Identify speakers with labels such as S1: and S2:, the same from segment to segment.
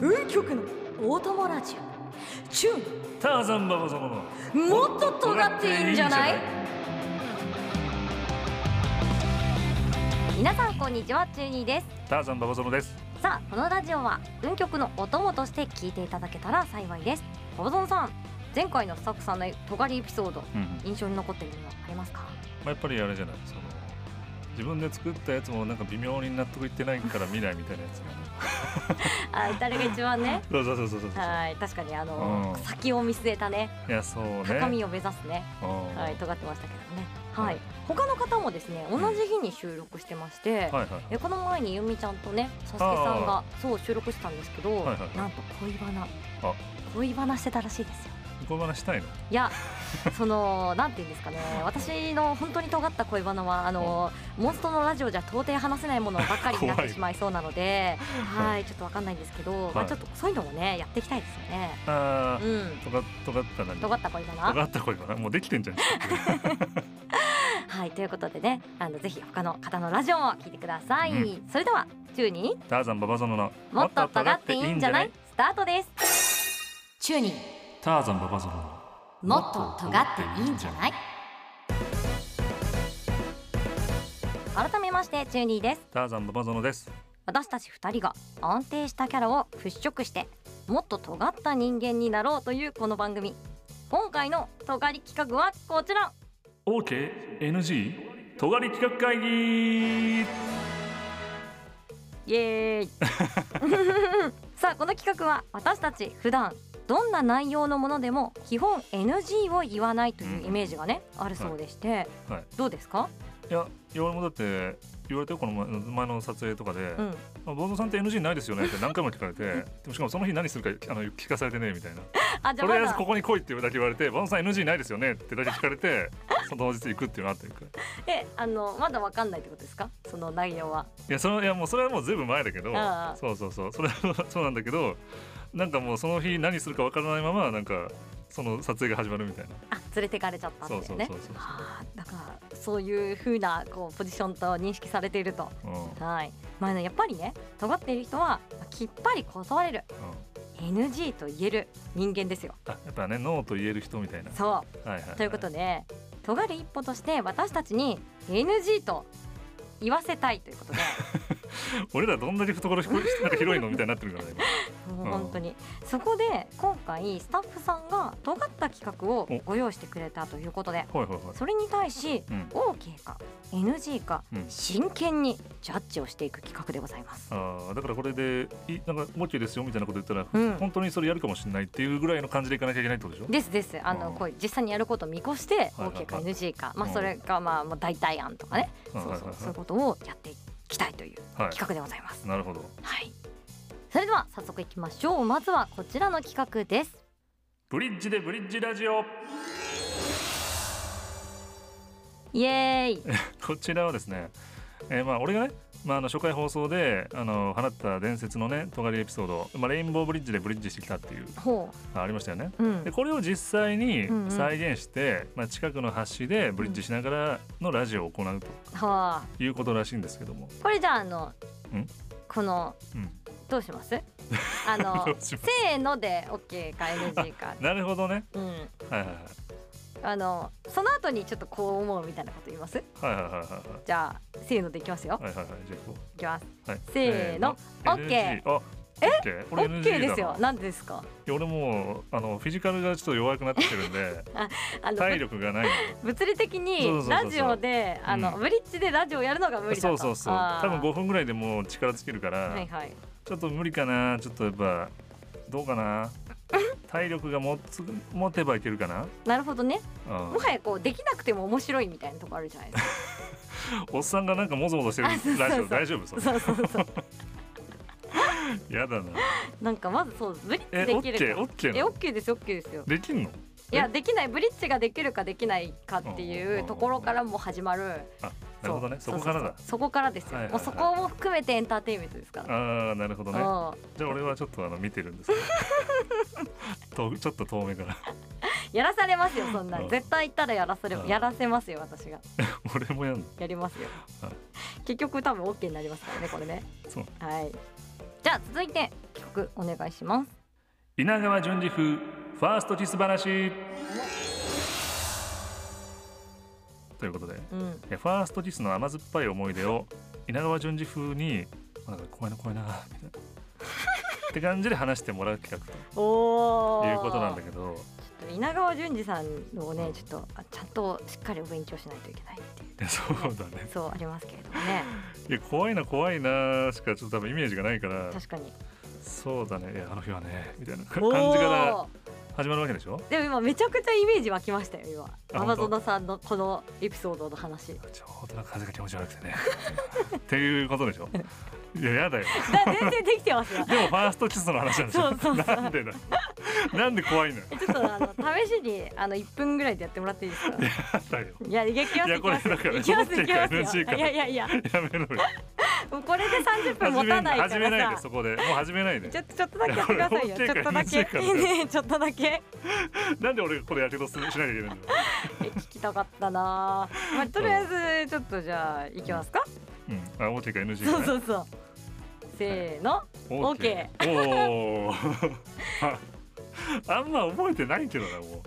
S1: 運極のオートモラジオチュ
S2: ターザンババ様の
S1: ーンもっと尖っているんじゃない
S3: 皆さんこんにちはチューニーです
S2: ターザンババ様です
S3: さあこのラジオは運曲のお供として聞いていただけたら幸いですボボゾンさん前回のスタッフさんの尖りエピソード
S2: うん、ま
S3: 印象に残っているのありますか
S2: あ、やっぱりあれじゃないその自分で作ったやつもなんか微妙に納得いってないから見ないみたいなやつが
S3: あ誰が一番ね
S2: そうそうそうそうそうそ う
S3: はい確かにあの、
S2: うん
S3: 先を見据えたね
S2: いやそうね
S3: 高みを目指すね
S2: うん
S3: はい尖ってましたけどね
S2: は
S3: はいい、他の方もですね同じ日に収録してまして、
S2: はいはい
S3: えこの前にゆみちゃんとねサスケさんがそう収録したんですけど、
S2: はいはい
S3: なんと恋バナ恋バナしてたらしいですよ
S2: 小話したいの
S3: い やそのなんて言うんですかね私の本当に尖った恋バナはあの、モンストのラジオじゃ到底話せないものばかりになっ
S2: 怖
S3: て
S2: い
S3: しまいそうなので
S2: はい
S3: はいちょっとわかんないんですけど、ま
S2: は
S3: あ、
S2: い
S3: ちょっとそういうのもねやっていきたいですよね。
S2: ああ、
S3: うん
S2: とが尖った何
S3: 尖った恋バナ
S2: 尖った声かなもうできてんじゃん
S3: はいということでねあのぜひ他の方のラジオも聞いてください、
S2: う
S3: それでは中に
S2: ターザンババ様の
S3: もっと尖っていいんじゃないスタートです
S1: チューニー
S2: ターザンババ様の
S3: もっと尖っていいんじゃない改めましてチューニーです
S2: ターザンババ様です
S3: 私たち二人が安定したキャラを払拭してもっと尖った人間になろうというこの番組今回の尖り企画はこちら
S2: OKNG 尖り企画会議
S3: イエー イさあこの企画は私たち普段どんな内容のものでも基本 NG を言わないというイメージがね、あるそうでして、
S2: はい
S3: どうですか、
S2: いやいや俺もだって言われてこの前前の撮影とかで
S3: うん、
S2: 「あボードさんって NG ないですよね」って何回も聞かれてでもしかもその日何するかあの聞かされてねみたいな「
S3: あじゃ
S2: と
S3: あま
S2: りあえず
S3: だ
S2: ここに来い」ってだけ言われて「ボードさん NG ないですよね」ってだけ聞かれてその当日行くっていうのあったよ一回い
S3: えあのまだわかんないってことですかその内容は
S2: やそのいやもうそれはもうずいぶん前だけど
S3: ああ
S2: そうそうそうそれは そうなんだけどなんかもうその日何するかわからないままなんかその撮影が始まるみたいな
S3: あ連れてかれちゃったんだ
S2: そ
S3: よ
S2: う
S3: ね
S2: そうそうそう、
S3: はあだからそういう風なこうポジションと認識されていると
S2: うんうん
S3: はいまあねやっぱりね尖っている人はまあきっぱり断れる NG と言える人間ですよ
S2: あやっぱねノーと言える人みたいな
S3: そ
S2: はいはいう
S3: ということ
S2: で
S3: で尖る一歩として私たちに NG と言わせたいということ で
S2: 俺らどんだけ懐ひこ なんか広いのみたいになってるからね今
S3: もう本当にそこで今回スタッフさんが尖った企画をご用意してくれたということで
S2: はいはいはい
S3: それに対し、
S2: うん
S3: OK か NG か、
S2: うん
S3: 真剣にジャッジをしていく企画でございます。
S2: あーだからこれでいなんか OK ですよみたいなこと言ったら、
S3: うん
S2: 本当にそれやるかもしれないっていうぐらいの感じでいかなきゃいけないってことでしょ
S3: ですですあの
S2: うん
S3: こう実際にやることを見越して
S2: はいはいはい
S3: OK か NG か、
S2: う
S3: ま
S2: ん
S3: あ、それかまあもう代替案とかね
S2: う
S3: そ
S2: ん
S3: うそう
S2: はいはいはい
S3: そういうことをやっていきたいという
S2: は
S3: 企画でございます。
S2: いなるほど
S3: はい、それでは早速いきましょうまずはこちらの企画です。
S2: ブリッジでブリッジラジオ
S3: イエーイ
S2: こちらはですね、えーまあ俺がね、まあ、あの初回放送であの放った伝説のね尖りエピソード、まあ、レインボーブリッジでブリッジしてきたっていう
S3: ほ
S2: あありましたよね
S3: う、うん
S2: でこれを実際に
S3: うんうん
S2: 再現して、まあ、近くの橋でブリッジしながらのラジオを行うと
S3: はあ、
S2: いうことらしいんですけども、
S3: これじゃああの
S2: ん
S3: この
S2: うん、
S3: どうしますあ の
S2: どうします
S3: せーので OK か NG か、
S2: なるほどね
S3: うん、
S2: はいはいはい
S3: あのその後にちょっとこう思うみたいなこと言います
S2: はいはいはいはいはい
S3: じゃあせーのでいきますよ
S2: はいはいはい、じゃあ行こ
S3: いきます
S2: う。はい、
S3: せーの
S2: NG あ、え、
S3: オ
S2: 俺
S3: ッ
S2: NG
S3: ケー
S2: だ
S3: ですよ
S2: な。
S3: なんでですか
S2: いや俺もうあのフィジカルがちょっと弱くなってきてるんで、
S3: あの
S2: 体力がない
S3: ぶ物理的
S2: そうそうそう
S3: に
S2: そう
S3: ラジオであの、
S2: う
S3: ブリッジでラジオやるのが無理だと
S2: の。そうそうそう。
S3: あ
S2: 多
S3: ー
S2: 分5分ぐらいでもう力尽きるから、
S3: はいはい
S2: ちょっと無理かな。ちょっとやっぱどうかな。体力が持つ持てばいけるかな。
S3: なるほどね
S2: うん
S3: もはやこうできなくても面白いみたいなとこあるじゃない ですか
S2: おっさんがなんかもぞもぞしてる
S3: あそうそうそう
S2: ラジオ大丈夫それ。
S3: そうそうそう
S2: やだな。
S3: なんかまずそうブリッ
S2: え、
S3: ジ
S2: オ
S3: で
S2: ッ
S3: き
S2: ケ
S3: る
S2: ー、
S3: か
S2: オッケー
S3: え
S2: な
S3: オ
S2: の。
S3: ッケーですオッケーですよ
S2: できんの？
S3: いやできないブリッジができるかできないかって
S2: うんうんうん
S3: い
S2: うん
S3: うところからも始まる
S2: なるほどね。そうこか
S3: そ
S2: ら
S3: う
S2: だ
S3: そう。そこからですよ、
S2: はいはい
S3: も
S2: は
S3: う
S2: い
S3: そこも含めてエンターテインメントですから
S2: ああ、なるほどね。
S3: う
S2: じゃあ俺はちょっとあの見てるんですけど とちょっと遠目から
S3: んやらされますよそんな
S2: うん
S3: ん絶対行ったらやらされ
S2: うん
S3: やらせますよ私が
S2: 俺もやんの
S3: やりますよ
S2: は
S3: 結局多分 OK になりますからねこれね
S2: そう
S3: はいじゃあ続いて企曲お願いします
S2: 稲川淳二風ファーストキス話ということで
S3: うん
S2: えファーストキスの甘酸っぱい思い出を稲川淳二風に「なんか怖いな怖いな」みたいな。って感じで話してもらう企画
S3: お
S2: ということなんだけ
S3: ちょ
S2: ど
S3: っと稲川淳二さんをねちょっとあちゃんとしっかりお勉強しないといけないっていう
S2: いやそうだね
S3: そうありますけれどもね
S2: いや怖いな怖いなしかちょっと多分イメージがないから
S3: 確かに
S2: そうだねいやあの日はねみたいな感
S3: お
S2: じから
S3: ー
S2: 始まるわけでしょ
S3: でも今めちゃくちゃイメージ湧きましたよ今
S2: あ
S3: アマゾ
S2: 本当
S3: ナさんのこのエピソードの 話
S2: ちょうどなんか風が気持ち悪くてね っていうことでしょいややだよ
S3: だ全然できてますよ
S2: でもファーストキスの話なんですよ
S3: そうそうそう
S2: なんでだよなんで怖いのよ
S3: ちょっとあの試しにあの1分ぐらいでやってもらっていいですか
S2: やだよ
S3: いやいやいきます
S2: いや
S3: いきます
S2: これだから
S3: いきます
S2: 持って
S3: い
S2: い
S3: き
S2: くから
S3: ます
S2: NG か
S3: よ
S2: ら
S3: いやいやいや
S2: やめろよ
S3: もうこれで30分
S2: 始
S3: 持
S2: め
S3: たないか
S2: 始めない
S3: ら
S2: で
S3: さ
S2: そこでもう始めないで
S3: ちょっとちょっとだけやってくださ いよ
S2: いや
S3: ちょっとだけ
S2: NG からだよ
S3: ね えちょっとだけ
S2: なんで俺がこれやけどすしなきゃいけないんだよ、
S3: え聞きたかったなあ、まあ、とりあえずちょっとじゃあいきますか、
S2: うん、あ OK か NG
S3: そう
S2: か
S3: そ
S2: ね
S3: うそうせーの OK
S2: おー あんま覚えてないけどなも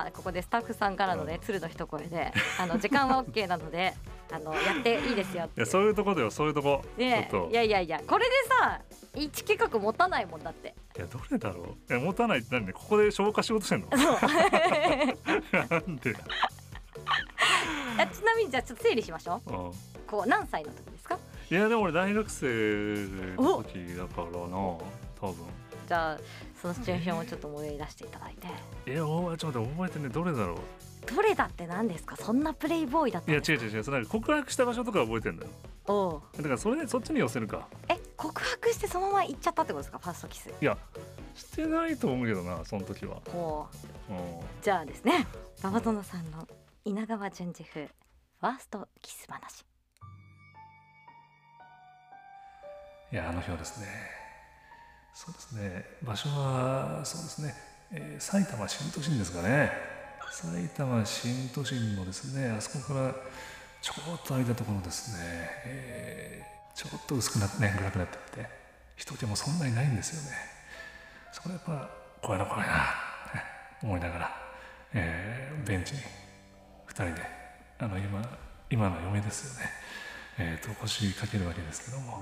S3: はいここでスタッフさんからのね鶴の一声 であの時間は OK なのであのやっていいですよっ
S2: うい
S3: て
S2: やそういうとこだよそういうとこ
S3: ね
S2: ちょっと
S3: いやいやいやこれでさ一企画持たないもんだ って
S2: いやどれだろういや持たないって何でここで消化しようとしてん のなんで、
S3: あちなみにじゃあちょっと整理しましょ
S2: うん、
S3: うこう何歳の時ですか
S2: いやでも俺大学生の時だからな多分
S3: じゃあそのシチュエーションをちょっと思い出していただいて
S2: えおちょっと待って覚えてねどれだろ
S3: どれだって何ですかそんなプレイボーイだった
S2: うい
S3: ん
S2: や
S3: です
S2: 違う違う違うそれなんか告白した場所とか覚えてんだよ
S3: おう
S2: だからそれでそっちに寄せるか
S3: え告白してそのまま行っちゃったってことですかファーストキス
S2: いやしてないと思うけどなその時は、
S3: ほう
S2: うん、
S3: じゃあですねババゾノさんの稲川淳二風ファーストキス話
S2: いやあの日はですねそうですね場所はそうですね、えー埼玉新都心ですかね埼玉新都心のですねあそこからちょっと空いたところですね、えーちょっと薄くなってね暗くなってきて人気もそんなにないんですよねそこでやっぱ怖いな怖いな思いながら、えーベンチに2人であの今今の嫁ですよねえーと腰かけるわけですけども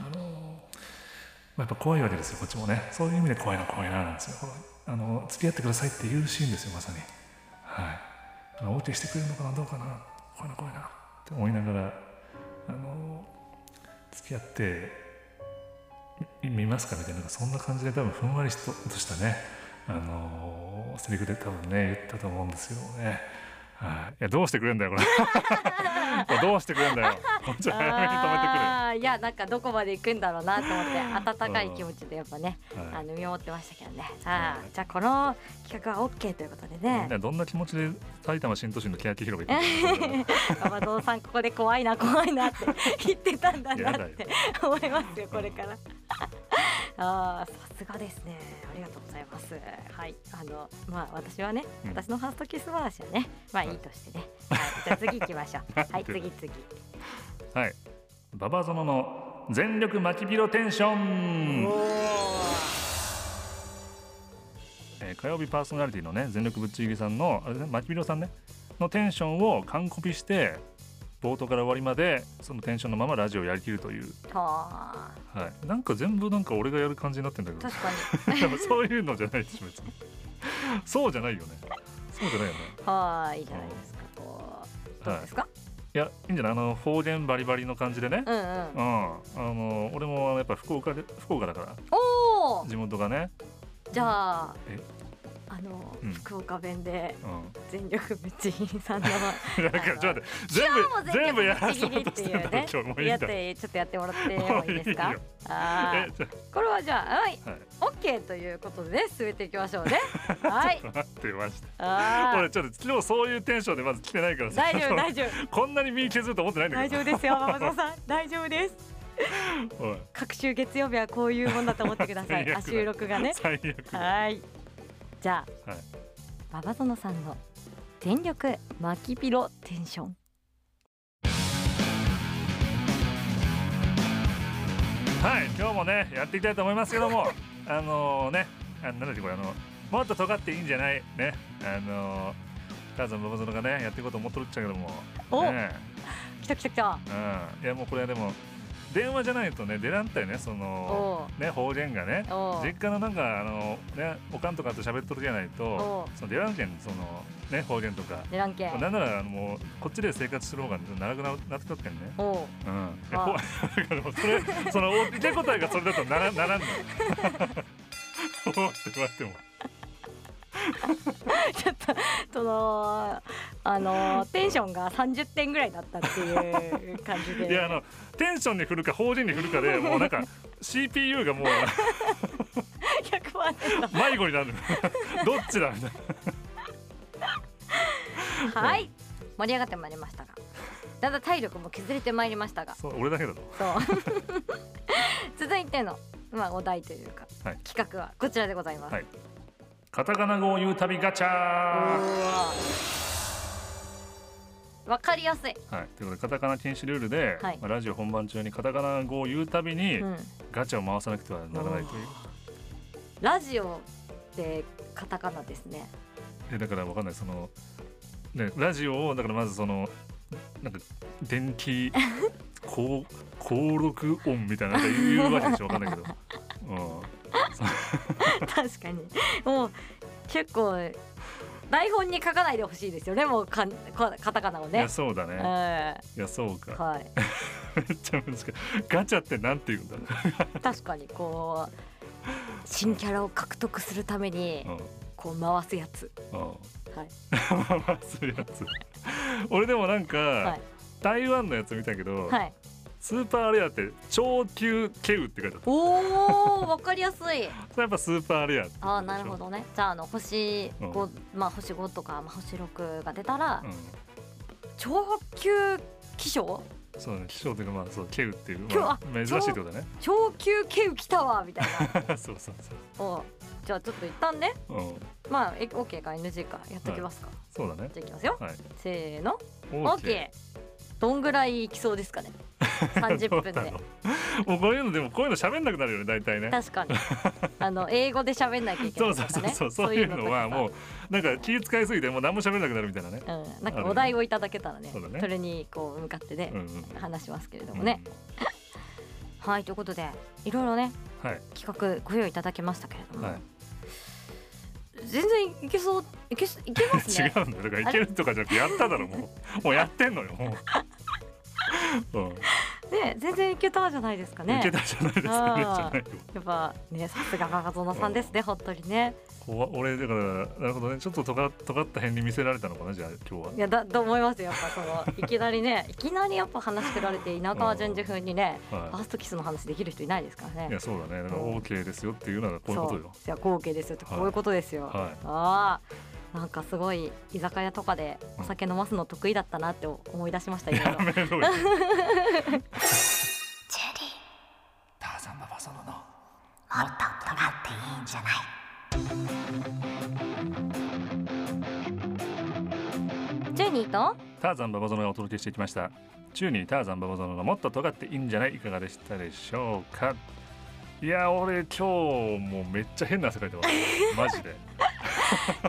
S2: あのーまあ、やっぱ怖いわけですよこっちもねそういう意味で怖いな怖いななんですよこのあの付き合ってくださいっていうシーンですよまさにはいあの OK してくれるのかなどうかな怖いな怖いなって思いながらあのー付き合ってみ見ますかみたいななんかそんな感じで多分ふんわりしととしたねあのーセリフで多分ね言ったと思うんですけどもねはいいやどうしてくれんだよこれ これどうしてくれんだよこっちは早めに 止めてくれ
S3: あーいやなんかどこまで行くんだろうなと 思って温かい気持ちでやっぱね、
S2: はい
S3: あの見守ってましたけどね、は
S2: はい
S3: い、じゃあこの企画は OK ということでね
S2: みんなどんな気持ちで埼玉新都心の欅広場行って たのか
S3: ババゾノさんここで怖いな怖いなって言ってたんだ
S2: や
S3: な
S2: だ
S3: っ
S2: よ
S3: て思いますよこれから。 あーさすがですねありがとうございますはいあのまあ私はね、
S2: うん
S3: 私のファーストキス話はねまあいいとしてね、はい、じゃあ次行きましょ うはい次次
S2: はいババゾノの全力まきびろテンショ
S3: お
S2: ン、
S3: ー
S2: えー火曜日パーソナリティのね全力ぶっちぎりさんのあれねまきびろさんねのテンションを完コピして冒頭から終わりまでそのテンションのままラジオやりきるという、
S3: はあ
S2: はい、なんか全部なんか俺がやる感じになってんだけ
S3: 確かに
S2: どでもそういうのじゃないでしょ別にそうじゃないよねそうじゃないよね
S3: はあいいじゃないですかこうどうですか、
S2: いやいいんじゃないあの方言バリバリの感じでね、
S3: うん
S2: うん、
S3: うん
S2: あの俺もあのやっぱ福岡で福岡だから
S3: おお
S2: 地元がね、
S3: じゃあ
S2: え
S3: あの、
S2: うん
S3: 福岡弁で
S2: う
S3: 全力ぶっちぎりさんの
S2: ん、 なんかちょっと待って全部全部やらせようとしてんだけど今日もういい
S3: や
S2: ん
S3: っ
S2: だ
S3: てちょっとやってもらってもいいですか
S2: もういいよ
S3: あ
S2: え
S3: ー
S2: ちょっ
S3: これはじゃあはい
S2: とはい
S3: OK ということで進めていきましょうねはい
S2: 待ってました
S3: あ
S2: 俺ちょっと今日そういうテンションでまず来てないから
S3: ー
S2: さ
S3: 大丈夫大丈夫
S2: こんなに身削ると思ってないんだ
S3: 大
S2: けど
S3: 丈夫ですよママゾさん大丈夫です
S2: おい
S3: 各週月曜日はこういうもんだと思ってください
S2: 最悪だ
S3: あ収録がね
S2: 最悪
S3: はいじゃあ、
S2: はい
S3: ババゾノさんの全力マキピロテンション
S2: はい今日もねやっていきたいと思いますけどもあのねあなんだっけこれあのもっと尖っていいんじゃないねあのターザンババゾロがねやっていこうと思っとるっちゃけども
S3: お
S2: ね
S3: 来た来た来た。
S2: うんいやもうこれはでも電話じゃないとね出らんたよねその
S3: お
S2: ね方言がね
S3: うおう
S2: 実家のなんかあのねおかんとかと喋っとるじゃないと
S3: おう
S2: その出らんけんそのね方言とか
S3: でらんけん。
S2: なんならあのもうこっちで生活する方が長くななってたっけんね
S3: おう
S2: うんいや
S3: あ
S2: ほでも それそのお受け答えがそれだとならならんの おうって言われても
S3: そのあのテンションが三十点ぐらいだったっていう感じで。
S2: いやあのテンションに振るか法人に振るかでもうなんか CPU がもう
S3: 百万円だ。
S2: 迷子になる どっちだみたいな
S3: はい。盛り上がってまいりましたが、だんだん体力も削れてまいりましたが、
S2: そう俺だけだと
S3: そう 続いてのまあお題というか、
S2: はい
S3: 企画はこちらでございます。
S2: はいカタカナ語を言う旅ガチャ
S3: わかりやすい。
S2: はいということでカタカナ禁止ルールで、
S3: はい
S2: まあラジオ本番中にカタカナ語を言うたびに、
S3: うん。
S2: ガチャを回さなくてはならないという
S3: ラジオでカタカナですね。
S2: えだからわかんないその、ね、ラジオをだからまずそのなんか電気高 高録音みたいななんか言うわけでしょわかんないけ ど、う
S3: 確かにもう結構台本に書かないでほしいですよねもうかんかカタカナを
S2: ん、い
S3: ね
S2: や。そうだね、
S3: うんはい
S2: やそうか めっちゃ難しいガチャってなんて言うんだろ
S3: い、確かにこう新キャラを獲得するために
S2: う、
S3: こう回すやつ、
S2: うんうん
S3: はい、
S2: 回すやつ俺でもなんか、
S3: い
S2: 台湾のやつ見たけど、
S3: はい、
S2: スーパーレアって超級ケウって書いてあっ
S3: おーわかりやすい
S2: たそれやっぱスーパーレアって
S3: あーなるほどねじゃああの星
S2: うん
S3: 5、まあ、星5とか、まあ、星6が出たら、
S2: う
S3: 超級気象
S2: ん、そうだね希少というかまあそうケウっていう、
S3: ケウ
S2: まあ
S3: あ
S2: 珍しいってことだね
S3: 超級ケウ来たわみたいな
S2: そうそうそ
S3: おうじゃあちょっと一旦ね
S2: う、うん、
S3: まあえ OK か NG かやってきますか、
S2: そうだね
S3: じゃあいきますよ、
S2: はい
S3: せーの
S2: オ
S3: OK どんぐらいいきそうですかね30分 で
S2: もうこういうのでもこういうの喋んなくなるよね大体ね
S3: 確かにあの英語で喋んなきゃいけな
S2: そ
S3: いうと
S2: そ
S3: か
S2: うそう
S3: ね
S2: そうそういうのはも
S3: う
S2: うなんか気遣いすぎてもう何も喋れなくなるみたいなね
S3: とかさ、うん、なんかお題をいただけたらね
S2: そうだね
S3: それにこう向かってね
S2: うん、うん
S3: 話しますけれど
S2: う
S3: も
S2: ん
S3: ね、はいということでいろいろね
S2: はい
S3: 企画ご用意いただきましたけれども、
S2: はい
S3: 全然いけそういけすいけます
S2: 違
S3: ね
S2: うんだよだからいけるとかじゃなくてやっただろもうもうやってんのよも う、うん
S3: ね全然いけたじゃないですかね
S2: いけたじゃないですかねじゃ
S3: あー
S2: ないよ
S3: やっぱねさすがガゾノさんですね本当にね
S2: 怖俺だからなるほどねちょっととが尖った辺に見せられたのかなじゃあ今日はい
S3: やだと思いますよやっぱそのいきなりねいきなりやっぱ話し振られて稲川淳二風にねファ
S2: は
S3: ーストキスの話できる人いないですから
S2: いい
S3: ね
S2: やそうだねだから
S3: うん
S2: OK ですよっていうのはこういうことよ
S3: じゃあ後継ですよって
S2: はい
S3: こういうことですよ、
S2: は
S3: ああなんかすごい居酒屋とかでお酒飲ますの得意だったなって思い出し ましたいろいろ
S2: やめろよ ターザンババソロのもっと尖っていいんじゃない
S3: ジェニーと
S2: ターザンババゾロがお届けしてきました中にターザンババゾロのもっと尖っていいんじゃないいかがでしたでしょうかいや俺今日もうめっちゃ変な汗かい てますマジで、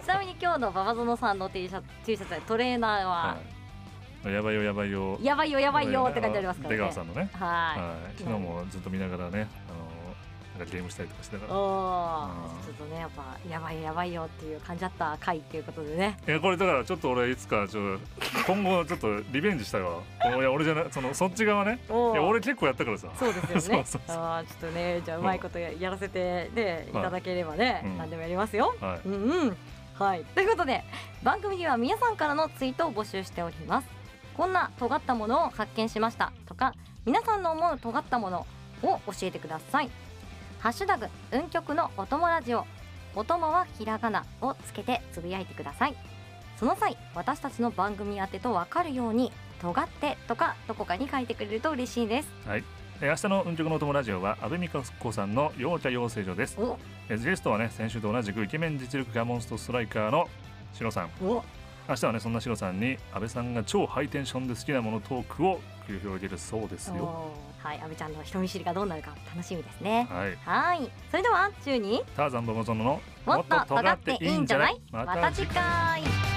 S3: ちなみに今日のババゾノさんの T シャツ T シャツでトレーナーは
S2: は、い、やばいよやばいよ
S3: やばいよやばいよって書いてありますから
S2: 出
S3: ね
S2: 川さんのね、はい
S3: は
S2: 昨日もずっと見ながらねあのなんかゲームしたりとかしてた
S3: い
S2: か
S3: お
S2: ら
S3: お
S2: うん
S3: ーちょっとねやっぱやばいよやばいよっていう感じだった回っていうことでね
S2: いやこれだからちょっと俺いつかちょっ と今後ちょっとリベンジしたいわいや俺じゃないそのそっち側ね
S3: お
S2: い
S3: ー
S2: や俺結構やったからさ
S3: そうですよね
S2: そうそうそう
S3: あーちょっとねじゃあうまいことややらせてねいただければね、
S2: うん
S3: 何でもやりますよ、
S2: はい
S3: うんうんはいということで番組では皆さんからのツイートを募集しておりますこんな尖ったものを発見しましたとか皆さんの思う尖ったものを教えてくださいハッシュタグ運極のお供ラジオお供はひらがなをつけてつぶやいてくださいその際私たちの番組宛てとわかるように尖ってとかどこかに書いてくれると嬉しいです
S2: え明日の運極のお友ラジオは安倍美香子さんの陽茶養成所です
S3: お
S2: えゲストはね先週と同じくイケメン実力ガモンストストライカーのシロさん
S3: お
S2: 明日はねそんなシロさんに安倍さんが超ハイテンションで好きなものトークを繰り広げるそうですよ
S3: おーはい、阿部ちゃんの人見知りがどうなるか楽しみですね。
S2: はい。
S3: はい、それでは中に
S2: ターザンボゴゾノの
S3: もっと尖っていいんじゃない
S2: ま
S3: ま
S2: た
S3: た
S2: 次
S3: 次
S2: 回。
S3: 回。